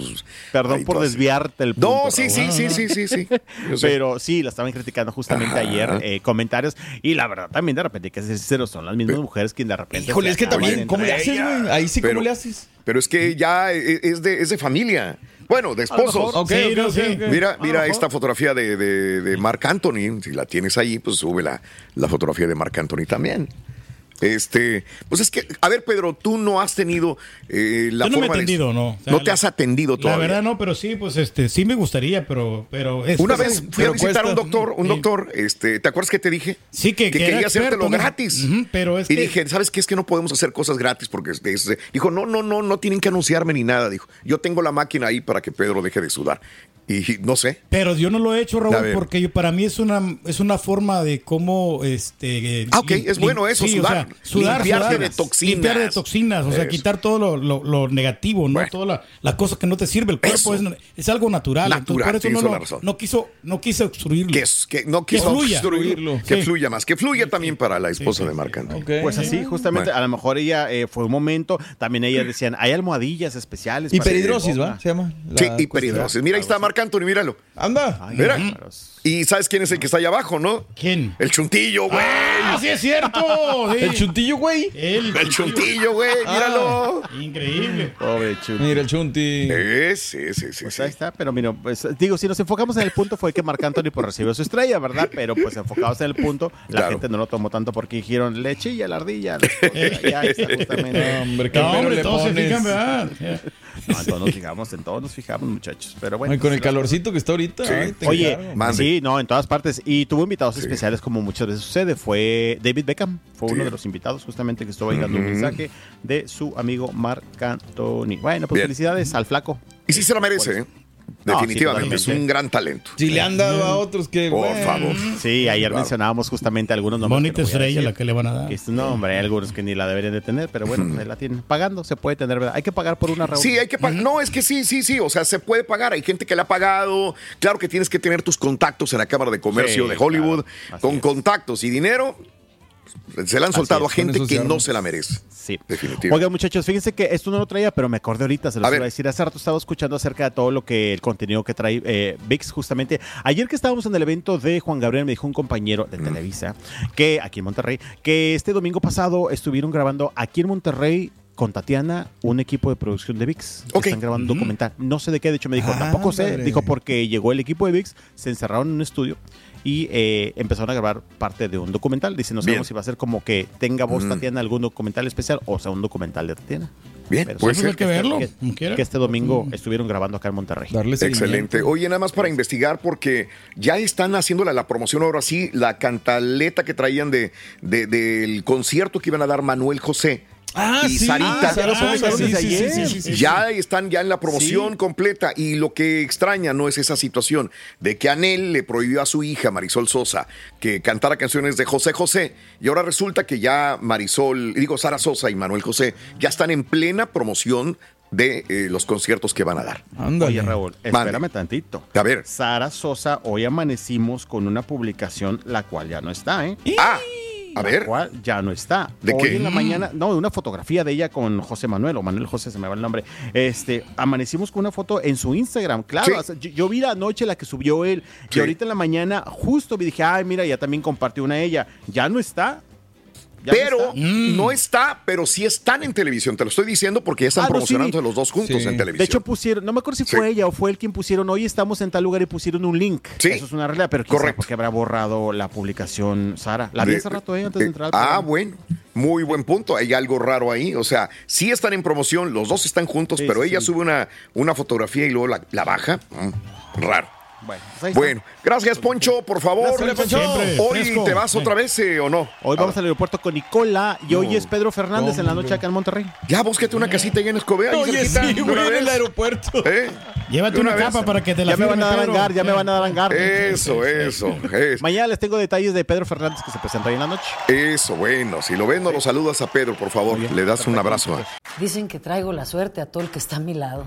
[SPEAKER 6] Perdón por desviarte el punto.
[SPEAKER 4] No, sí, sí,
[SPEAKER 6] Raúl.
[SPEAKER 4] sí, sí, sí, sí. Yo sé.
[SPEAKER 6] Pero sí, la estaban criticando justamente ayer, eh, comentarios. Y la verdad, también de repente, hay que ser sinceros, son las mismas mujeres quienes de repente.
[SPEAKER 5] Híjole,
[SPEAKER 6] se
[SPEAKER 5] es que
[SPEAKER 6] acaban
[SPEAKER 5] también, ¿cómo le
[SPEAKER 6] entre
[SPEAKER 5] haces,
[SPEAKER 6] ellas.
[SPEAKER 5] güey? Ahí sí,
[SPEAKER 4] Pero-
[SPEAKER 5] ¿cómo le haces?
[SPEAKER 4] Pero es que ya e- es de, es de familia. Bueno, de
[SPEAKER 5] A lo
[SPEAKER 4] esposos.
[SPEAKER 5] mejor. Ok, Sí, ok, no, ok, sí. ok. A
[SPEAKER 7] Ah,
[SPEAKER 4] Mira,
[SPEAKER 5] lo
[SPEAKER 4] mira
[SPEAKER 5] mejor.
[SPEAKER 4] esta fotografía de, de, de Marc Anthony. Si la tienes ahí, pues sube la, la fotografía de Marc Anthony también. Este, pues es que, a ver, Pedro, tú no has tenido eh, la
[SPEAKER 7] Yo no me he
[SPEAKER 4] forma de-
[SPEAKER 7] atendido, no. O sea,
[SPEAKER 4] no te
[SPEAKER 7] la-
[SPEAKER 4] has atendido
[SPEAKER 7] La
[SPEAKER 4] todavía.
[SPEAKER 7] verdad no, pero sí, pues este, sí me gustaría, pero, pero es-
[SPEAKER 4] Una
[SPEAKER 7] pues,
[SPEAKER 4] vez fui
[SPEAKER 7] pero
[SPEAKER 4] a visitar a un
[SPEAKER 7] cuesta. eh,
[SPEAKER 4] doctor, un doctor, este, ¿te acuerdas que te dije?
[SPEAKER 7] Sí, que, que era
[SPEAKER 4] quería hacértelo
[SPEAKER 7] experto, ¿no?
[SPEAKER 4] gratis.
[SPEAKER 7] Ujú, pero es
[SPEAKER 4] y
[SPEAKER 7] que-
[SPEAKER 4] dije, ¿sabes qué? Es que no podemos hacer cosas gratis porque este, este, dijo, no, no, no, no tienen que anunciarme ni nada. Dijo, yo tengo la máquina ahí para que Pedro deje de sudar. Y no sé.
[SPEAKER 7] Pero yo no lo he hecho,
[SPEAKER 4] A
[SPEAKER 7] Raúl,
[SPEAKER 4] ver.
[SPEAKER 7] porque yo- para mí es una, es una forma de cómo... Este, eh,
[SPEAKER 4] Ah, ok,
[SPEAKER 7] lim-
[SPEAKER 4] es bueno eso,
[SPEAKER 7] sí, o
[SPEAKER 4] sudar.
[SPEAKER 7] sea, sudar,
[SPEAKER 4] Limpiarte
[SPEAKER 7] sudar,
[SPEAKER 4] de toxinas.
[SPEAKER 7] Limpiar de toxinas, o sea,
[SPEAKER 4] Eso.
[SPEAKER 7] quitar todo lo, lo- lo negativo, ¿no? Toda la, la cosa que no te sirve. El cuerpo es, es algo natural.
[SPEAKER 4] Natural,
[SPEAKER 7] entonces, por
[SPEAKER 4] tienes
[SPEAKER 7] eso no,
[SPEAKER 4] la
[SPEAKER 7] lo-
[SPEAKER 4] razón.
[SPEAKER 7] no quiso, no quise obstruirlo.
[SPEAKER 4] Que, es- que no quiso
[SPEAKER 7] fluya.
[SPEAKER 4] obstruirlo. Que
[SPEAKER 7] Sí.
[SPEAKER 4] fluya más, que fluya también para la esposa de Marc Anthony.
[SPEAKER 6] Pues así, justamente,
[SPEAKER 4] Bueno.
[SPEAKER 6] a lo mejor ella eh, fue un momento, también ellas decían, hay almohadillas especiales.
[SPEAKER 4] Y
[SPEAKER 6] para-
[SPEAKER 4] peridrosis,
[SPEAKER 6] Ah,
[SPEAKER 4] ¿va? Se llama. Sí, y peridrosis. Mira, ahí está Marc Marc Anthony, míralo.
[SPEAKER 5] Anda.
[SPEAKER 4] Mira. Y sabes quién es el que está ahí abajo, ¿no?
[SPEAKER 7] ¿Quién?
[SPEAKER 4] El chuntillo, güey.
[SPEAKER 7] ¡Ah, sí es cierto! Sí.
[SPEAKER 5] El chuntillo, güey.
[SPEAKER 7] El,
[SPEAKER 4] El chuntillo, güey, míralo. Eh,
[SPEAKER 7] Increíble.
[SPEAKER 6] Pobre Chunti.
[SPEAKER 5] Mira el Chunti.
[SPEAKER 4] Sí, sí, sí.
[SPEAKER 6] Pues ahí está, pero mira, pues digo, si nos enfocamos en el punto fue que Marc Anthony pues, recibió su estrella, ¿verdad? Pero pues enfocados en el punto, la
[SPEAKER 4] Claro.
[SPEAKER 6] gente no lo tomó tanto porque dijeron leche y a la ardilla. las cosas, ya está, justamente.
[SPEAKER 5] No, hombre, qué
[SPEAKER 7] No,
[SPEAKER 5] pero
[SPEAKER 7] hombre,
[SPEAKER 5] le
[SPEAKER 7] todos se
[SPEAKER 5] pones.
[SPEAKER 7] fijan, ¿verdad? Ya.
[SPEAKER 6] No, en todos nos fijamos, en todos nos fijamos, muchachos. Pero bueno.
[SPEAKER 5] Ay, con el calorcito que está ahorita. ay, te
[SPEAKER 6] Oye,
[SPEAKER 5] encargo.
[SPEAKER 6] sí, no, en todas partes. Y tuvo invitados especiales, como muchas veces sucede. Fue David Beckham, fue uno de los invitados justamente que estuvo ahí dando un
[SPEAKER 4] Ujú.
[SPEAKER 6] mensaje de su amigo Marc Anthony. Bueno, pues
[SPEAKER 4] Bien.
[SPEAKER 6] felicidades al flaco. Pues,
[SPEAKER 4] Y sí se lo merece, ¿eh?
[SPEAKER 6] No, sí,
[SPEAKER 4] Definitivamente. es
[SPEAKER 6] totalmente.
[SPEAKER 4] un gran talento.
[SPEAKER 5] Si le han dado a otros que.
[SPEAKER 4] Por
[SPEAKER 5] bueno.
[SPEAKER 4] favor.
[SPEAKER 6] Sí, ayer
[SPEAKER 4] Claro.
[SPEAKER 6] mencionábamos justamente algunos nombres.
[SPEAKER 7] Bonita
[SPEAKER 6] que no voy a
[SPEAKER 7] estrella
[SPEAKER 6] decir.
[SPEAKER 7] la que le van a dar.
[SPEAKER 6] Que es- No, hombre, hay algunos que ni la deberían de tener, pero bueno, pues ahí la tienen. Pagando se puede tener, ¿verdad? Hay que pagar por una reunión.
[SPEAKER 4] Sí, hay que pagar. No, es que sí, sí, sí. O sea, se puede pagar. Hay gente que la ha pagado. Claro que tienes que tener tus contactos en la Cámara de Comercio
[SPEAKER 6] Sí,
[SPEAKER 4] de Hollywood.
[SPEAKER 6] claro. Así
[SPEAKER 4] Con
[SPEAKER 6] es.
[SPEAKER 4] contactos y dinero, se la han
[SPEAKER 6] Así
[SPEAKER 4] soltado
[SPEAKER 6] es,
[SPEAKER 4] a
[SPEAKER 6] con
[SPEAKER 4] gente
[SPEAKER 5] eso se
[SPEAKER 4] que
[SPEAKER 5] arma.
[SPEAKER 4] no se la merece.
[SPEAKER 6] Sí.
[SPEAKER 4] Definitivo.
[SPEAKER 6] Oigan, muchachos, fíjense que esto no lo traía, pero me acordé ahorita, se los
[SPEAKER 4] A
[SPEAKER 6] iba
[SPEAKER 4] ver.
[SPEAKER 6] a decir. Hace rato estaba escuchando acerca de todo lo que el contenido que trae eh, VIX, justamente. Ayer que estábamos en el evento de Juan Gabriel, me dijo un compañero
[SPEAKER 4] Mm.
[SPEAKER 6] de Televisa, que aquí en Monterrey, que este domingo pasado estuvieron grabando aquí en Monterrey con Tatiana, un equipo de producción de VIX. que
[SPEAKER 4] Ok.
[SPEAKER 6] Están grabando un documental. No sé de qué, de hecho me dijo, tampoco sé.
[SPEAKER 5] Ándale.
[SPEAKER 6] Dijo, porque llegó el equipo de VIX, se encerraron en un estudio y eh, empezaron a grabar parte de un documental. Dice, no
[SPEAKER 4] Bien.
[SPEAKER 6] sabemos si va a ser como que tenga voz
[SPEAKER 4] Mm.
[SPEAKER 6] Tatiana algún documental especial o sea un documental de Tatiana.
[SPEAKER 4] Bien, pues.
[SPEAKER 6] Pero
[SPEAKER 4] puede
[SPEAKER 6] sí,
[SPEAKER 4] ser.
[SPEAKER 7] Hay que verlo.
[SPEAKER 6] que-
[SPEAKER 7] como quiera. Mm.
[SPEAKER 6] Que este domingo estuvieron grabando acá en Monterrey.
[SPEAKER 5] Darle seguimiento.
[SPEAKER 4] Excelente. Oye, nada más
[SPEAKER 6] Pues.
[SPEAKER 4] para investigar, porque ya están haciéndole la promoción ahora sí, la cantaleta que traían de, de- del concierto que iban a dar Manuel José.
[SPEAKER 5] Ah,
[SPEAKER 4] y
[SPEAKER 5] sí.
[SPEAKER 4] Sarita.
[SPEAKER 5] Ah, Sara Sosa, sí, sí, sí, sí, sí, sí.
[SPEAKER 4] Ya están ya en la promoción completa y lo que extraña no es esa situación de que Anel le prohibió a su hija Marisol Sosa que cantara canciones de José José y ahora resulta que ya Marisol, digo Sara Sosa y Manuel José ya están en plena promoción de eh, los conciertos que van a dar.
[SPEAKER 5] Ándale.
[SPEAKER 6] Oye, Raúl,
[SPEAKER 4] Mande.
[SPEAKER 6] espérame tantito.
[SPEAKER 4] A ver.
[SPEAKER 6] Sara Sosa, hoy amanecimos con una publicación la cual ya no está, ¿eh?
[SPEAKER 4] Ah, a ver.
[SPEAKER 6] La cual ya no está.
[SPEAKER 4] ¿De
[SPEAKER 6] Hoy
[SPEAKER 4] qué?
[SPEAKER 6] en la mañana, no, de una fotografía de ella con José Manuel, o Manuel José, se me va el nombre. Este, amanecimos con una foto en su Instagram, claro.
[SPEAKER 4] Sí.
[SPEAKER 6] o sea, yo, yo vi la noche la que subió él,
[SPEAKER 4] Sí.
[SPEAKER 6] y ahorita en la mañana justo vi, dije, ay, mira, ya también compartió una ella. Ya no está. Ya no
[SPEAKER 4] pero
[SPEAKER 6] está.
[SPEAKER 4] no está, pero sí están en televisión. Te lo estoy diciendo porque ya están
[SPEAKER 6] Ah, no,
[SPEAKER 4] promocionando
[SPEAKER 6] sí.
[SPEAKER 4] los dos juntos
[SPEAKER 5] Sí.
[SPEAKER 4] en
[SPEAKER 5] De
[SPEAKER 4] televisión.
[SPEAKER 6] De hecho, pusieron, no me acuerdo si
[SPEAKER 4] Sí.
[SPEAKER 6] fue ella o fue el quien pusieron, hoy estamos en tal lugar y pusieron un link.
[SPEAKER 4] Sí.
[SPEAKER 6] Eso es una realidad, pero quizá
[SPEAKER 4] Correcto.
[SPEAKER 6] porque habrá borrado la publicación Sara. La vi hace rato, eh, antes de
[SPEAKER 4] eh,
[SPEAKER 6] entrar. al
[SPEAKER 4] Ah,
[SPEAKER 6] programa.
[SPEAKER 4] bueno. Muy buen punto. Hay algo raro ahí. O sea, sí están en promoción, los dos están juntos,
[SPEAKER 6] Sí,
[SPEAKER 4] pero
[SPEAKER 6] sí,
[SPEAKER 4] ella
[SPEAKER 6] sí.
[SPEAKER 4] sube una, una fotografía y luego la, la baja. Mm, raro.
[SPEAKER 6] Bueno, pues ahí está.
[SPEAKER 4] Bueno, gracias, Poncho, por favor.
[SPEAKER 5] Gracias, Poncho.
[SPEAKER 7] Siempre,
[SPEAKER 4] Hoy
[SPEAKER 7] fresco.
[SPEAKER 4] te vas
[SPEAKER 7] Sí.
[SPEAKER 4] otra vez eh, o no?
[SPEAKER 6] Hoy vamos
[SPEAKER 4] A
[SPEAKER 6] al aeropuerto con Nicola y hoy es Pedro Fernández en la noche acá en Monterrey.
[SPEAKER 4] ver. Ya búsquete una casita allá en Escobedo. ahí
[SPEAKER 5] Oye,
[SPEAKER 4] cerquita,
[SPEAKER 5] sí,
[SPEAKER 4] de
[SPEAKER 5] güey,
[SPEAKER 4] una
[SPEAKER 5] en el
[SPEAKER 4] vez.
[SPEAKER 5] aeropuerto.
[SPEAKER 4] ¿Eh?
[SPEAKER 7] Llévate
[SPEAKER 4] De
[SPEAKER 7] una,
[SPEAKER 4] una
[SPEAKER 7] capa
[SPEAKER 4] vez.
[SPEAKER 7] para que te la
[SPEAKER 6] Ya me van
[SPEAKER 7] firme,
[SPEAKER 6] a dar
[SPEAKER 7] Pedro.
[SPEAKER 6] hangar, ya
[SPEAKER 5] Eh.
[SPEAKER 6] me van a dar hangar.
[SPEAKER 4] Eso, eso, eso.
[SPEAKER 6] Mañana les tengo detalles de Pedro Fernández que se presenta hoy en la noche.
[SPEAKER 4] Eso, bueno, si lo ven, no lo saludas a Pedro, por favor. Le das un abrazo.
[SPEAKER 2] Dicen que traigo la suerte a todo el que está a mi lado.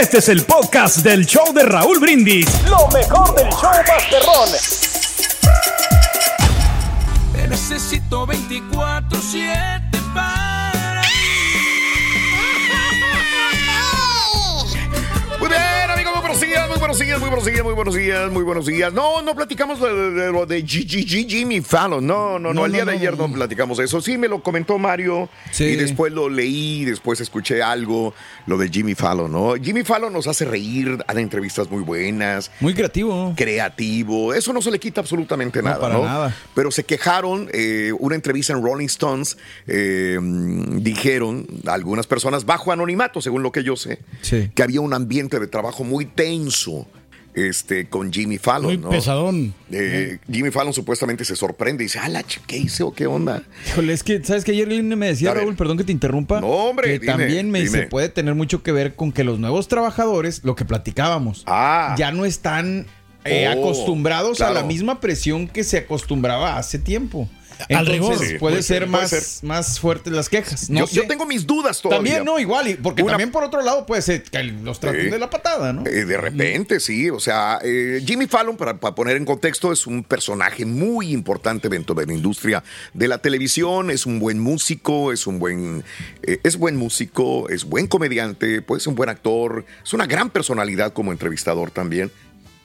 [SPEAKER 14] Este es el podcast del show de Raúl Brindis.
[SPEAKER 9] Lo mejor del show Masterrón.
[SPEAKER 19] Te necesito 24-7 para.
[SPEAKER 4] Muy bien, amigos, muy buenos días, muy buenos días, muy buenos días, muy buenos días, muy buenos días. No, no platicamos de, de- de lo de G- G- G- Jimmy Fallon. No, no, no,
[SPEAKER 5] No,
[SPEAKER 4] el día
[SPEAKER 5] no,
[SPEAKER 4] de
[SPEAKER 5] no,
[SPEAKER 4] ayer no,
[SPEAKER 5] no.
[SPEAKER 4] platicamos de eso. Sí, me lo comentó Mario
[SPEAKER 5] Sí.
[SPEAKER 4] y después lo leí, después escuché algo, lo de Jimmy Fallon, ¿no? Jimmy Fallon nos hace reír, da entrevistas muy buenas,
[SPEAKER 5] Muy creativo.
[SPEAKER 4] creativo. Eso no se le quita absolutamente nada,
[SPEAKER 5] para
[SPEAKER 4] ¿no?
[SPEAKER 5] nada.
[SPEAKER 4] Pero se quejaron, eh, una entrevista en Rolling Stones, eh, mm, dijeron algunas personas, bajo anonimato, según lo que yo sé,
[SPEAKER 5] Sí.
[SPEAKER 4] que había un ambiente de trabajo muy tenso. Este, con Jimmy Fallon,
[SPEAKER 7] Muy
[SPEAKER 4] ¿no?
[SPEAKER 7] pesadón.
[SPEAKER 4] Eh, Jimmy Fallon supuestamente se sorprende y dice, ala, ch- ¿qué hice o qué onda?
[SPEAKER 5] Híjole, es que, ¿sabes que Ayer Lina me decía,
[SPEAKER 4] A ver.
[SPEAKER 5] Raúl, perdón que te interrumpa.
[SPEAKER 4] No, hombre,
[SPEAKER 5] Que
[SPEAKER 4] dime,
[SPEAKER 5] también me dice,
[SPEAKER 4] dime.
[SPEAKER 5] puede tener mucho que ver con que los nuevos trabajadores, lo que platicábamos,
[SPEAKER 4] Ah,
[SPEAKER 5] ya no están eh,
[SPEAKER 7] Oh,
[SPEAKER 5] acostumbrados a la
[SPEAKER 7] claro.
[SPEAKER 5] misma presión que se acostumbraba hace tiempo.
[SPEAKER 7] Al
[SPEAKER 5] Entonces,
[SPEAKER 7] rigor.
[SPEAKER 5] Puede,
[SPEAKER 7] Sí, puede
[SPEAKER 5] ser,
[SPEAKER 7] ser,
[SPEAKER 5] más,
[SPEAKER 7] puede ser.
[SPEAKER 5] más fuertes las quejas.
[SPEAKER 4] Yo-
[SPEAKER 5] No
[SPEAKER 4] yo
[SPEAKER 5] sé.
[SPEAKER 4] tengo mis dudas todavía.
[SPEAKER 5] También no, igual, y- porque
[SPEAKER 4] Una-
[SPEAKER 5] también por otro lado puede ser que los traten
[SPEAKER 4] Sí.
[SPEAKER 5] de la patada, ¿no?
[SPEAKER 4] Eh, de repente, sí. O sea, eh, Jimmy Fallon, para, para poner en contexto, es un personaje muy importante dentro de la industria de la televisión. Es un buen músico, es un buen, eh, es buen músico, es buen comediante, puede ser un buen actor, es una gran personalidad como entrevistador también.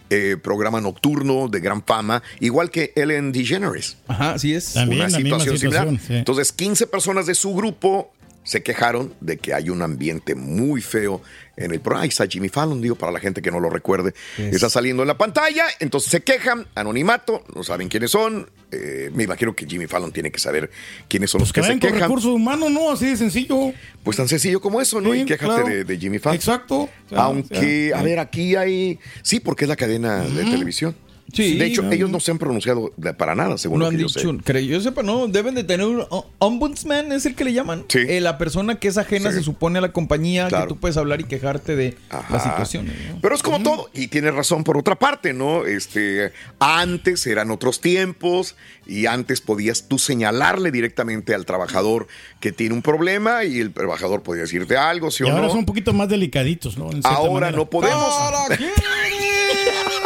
[SPEAKER 4] Eh, programa nocturno de gran fama, igual que Ellen DeGeneres.
[SPEAKER 5] Ajá, así es.
[SPEAKER 7] También
[SPEAKER 4] una
[SPEAKER 7] la misma
[SPEAKER 4] situación similar.
[SPEAKER 7] situación, sí.
[SPEAKER 4] Entonces, 15 personas de su grupo se quejaron de que hay un ambiente muy feo en el programa. Ahí está Jimmy Fallon, digo, para la gente que no lo recuerde. Está saliendo en la pantalla, entonces se quejan, anonimato, no saben quiénes son. Eh, me imagino que Jimmy Fallon tiene que saber quiénes son los
[SPEAKER 7] Que
[SPEAKER 4] que se
[SPEAKER 7] vayan con
[SPEAKER 4] quejan.
[SPEAKER 7] recursos humanos, ¿no? Así de sencillo.
[SPEAKER 4] Pues tan sencillo como eso, ¿no?
[SPEAKER 7] Sí,
[SPEAKER 4] y quéjate
[SPEAKER 7] claro.
[SPEAKER 4] de, de Jimmy Fallon.
[SPEAKER 7] Exacto.
[SPEAKER 4] Aunque,
[SPEAKER 7] Ya.
[SPEAKER 4] a ver, aquí hay... Sí, porque es la cadena de televisión.
[SPEAKER 5] Sí.
[SPEAKER 4] de hecho,
[SPEAKER 5] Claro.
[SPEAKER 4] ellos no se han pronunciado de- para nada, según
[SPEAKER 5] no
[SPEAKER 4] lo
[SPEAKER 5] han
[SPEAKER 4] que yo
[SPEAKER 5] dicho,
[SPEAKER 4] sé.
[SPEAKER 5] creo yo sepa, no, deben de tener un o- ombudsman, es el que le llaman. Eh, la persona que es ajena se supone a la compañía, que tú puedes hablar y quejarte de la situación.
[SPEAKER 4] Pero es como todo, y tiene razón por otra parte, ¿no? Este, antes eran otros tiempos y antes podías tú señalarle directamente al trabajador que tiene un problema y el trabajador podía decirte algo, ¿sí
[SPEAKER 7] Y
[SPEAKER 4] o
[SPEAKER 7] ahora
[SPEAKER 4] no?
[SPEAKER 7] son un poquito más delicaditos, ¿no? En cierta
[SPEAKER 4] Ahora
[SPEAKER 7] manera.
[SPEAKER 4] no podemos.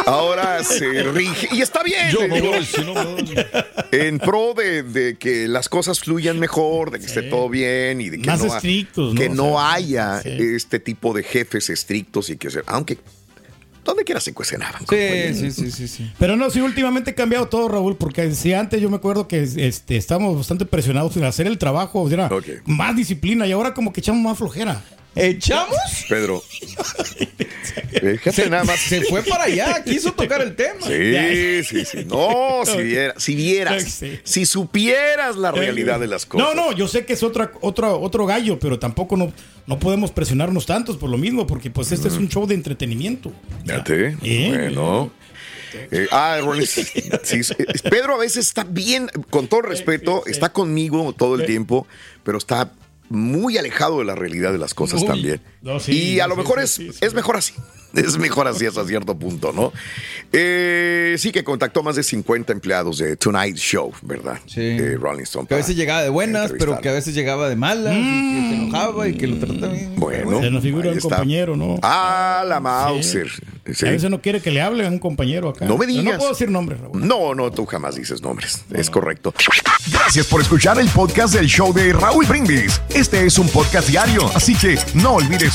[SPEAKER 4] Ahora se rige. Y está bien.
[SPEAKER 7] Yo
[SPEAKER 4] le
[SPEAKER 7] no
[SPEAKER 4] digo.
[SPEAKER 7] voy,
[SPEAKER 4] En pro de, de que las cosas fluyan mejor, de que esté todo bien y de que
[SPEAKER 7] Más
[SPEAKER 4] no, ha-
[SPEAKER 7] estrictos, ¿no?
[SPEAKER 4] que
[SPEAKER 7] O
[SPEAKER 4] no
[SPEAKER 7] sea,
[SPEAKER 4] haya
[SPEAKER 7] sí.
[SPEAKER 4] este tipo de jefes estrictos y que se, aunque donde quiera se cuestionaban.
[SPEAKER 5] sí, sí, sí, sí.
[SPEAKER 7] Pero no, sí, últimamente he cambiado todo, Raúl, porque si antes yo me acuerdo que este, estábamos bastante presionados en hacer el trabajo, era más disciplina y ahora como que echamos más flojera.
[SPEAKER 5] ¿Echamos?
[SPEAKER 4] Pedro. Eh, Fíjate nada más.
[SPEAKER 5] Se fue para allá, quiso tocar el tema.
[SPEAKER 4] Sí, sí, sí. No, si vieras, si vieras,
[SPEAKER 7] Sí.
[SPEAKER 4] si supieras la
[SPEAKER 7] Eh,
[SPEAKER 4] realidad de las
[SPEAKER 7] No,
[SPEAKER 4] cosas.
[SPEAKER 7] no, yo sé que es otra, otra, otro gallo, pero tampoco no, no podemos presionarnos tantos por lo mismo, porque pues este es un show de entretenimiento.
[SPEAKER 4] Mm.
[SPEAKER 7] ¿Eh?
[SPEAKER 4] Fíjate. Bueno. Eh, ah, Ronnie, sí, sí, eh, Pedro a veces está bien, con todo respeto, está conmigo todo el tiempo, pero está muy alejado de la realidad de las cosas
[SPEAKER 7] Uy.
[SPEAKER 4] también.
[SPEAKER 7] No, sí,
[SPEAKER 4] y a
[SPEAKER 7] sí,
[SPEAKER 4] lo mejor
[SPEAKER 7] sí,
[SPEAKER 4] es,
[SPEAKER 7] sí, sí.
[SPEAKER 4] es mejor así. Es mejor así hasta cierto punto, ¿no? Eh, sí que contactó más de 50 empleados de Tonight Show, ¿verdad? Sí. De Rolling Stone.
[SPEAKER 5] Que a
[SPEAKER 4] para-
[SPEAKER 5] veces llegaba de buenas, pero que a veces llegaba de malas, y que se enojaba y que lo trataba bien.
[SPEAKER 4] Bueno,
[SPEAKER 7] Se nos figura
[SPEAKER 4] ahí
[SPEAKER 7] un
[SPEAKER 4] está.
[SPEAKER 7] compañero, ¿no?
[SPEAKER 4] Ah, la Mauser. Sí.
[SPEAKER 7] A veces no quiere que le hable a un compañero acá.
[SPEAKER 4] No me
[SPEAKER 7] Pero
[SPEAKER 4] digas.
[SPEAKER 7] No puedo decir nombres, Raúl.
[SPEAKER 4] No, no, tú jamás dices nombres. Es correcto.
[SPEAKER 3] Gracias por escuchar el podcast del show de Raúl Brindis. Este es un podcast diario, así que no olvides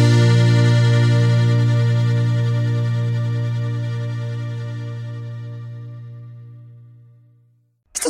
[SPEAKER 11] Esto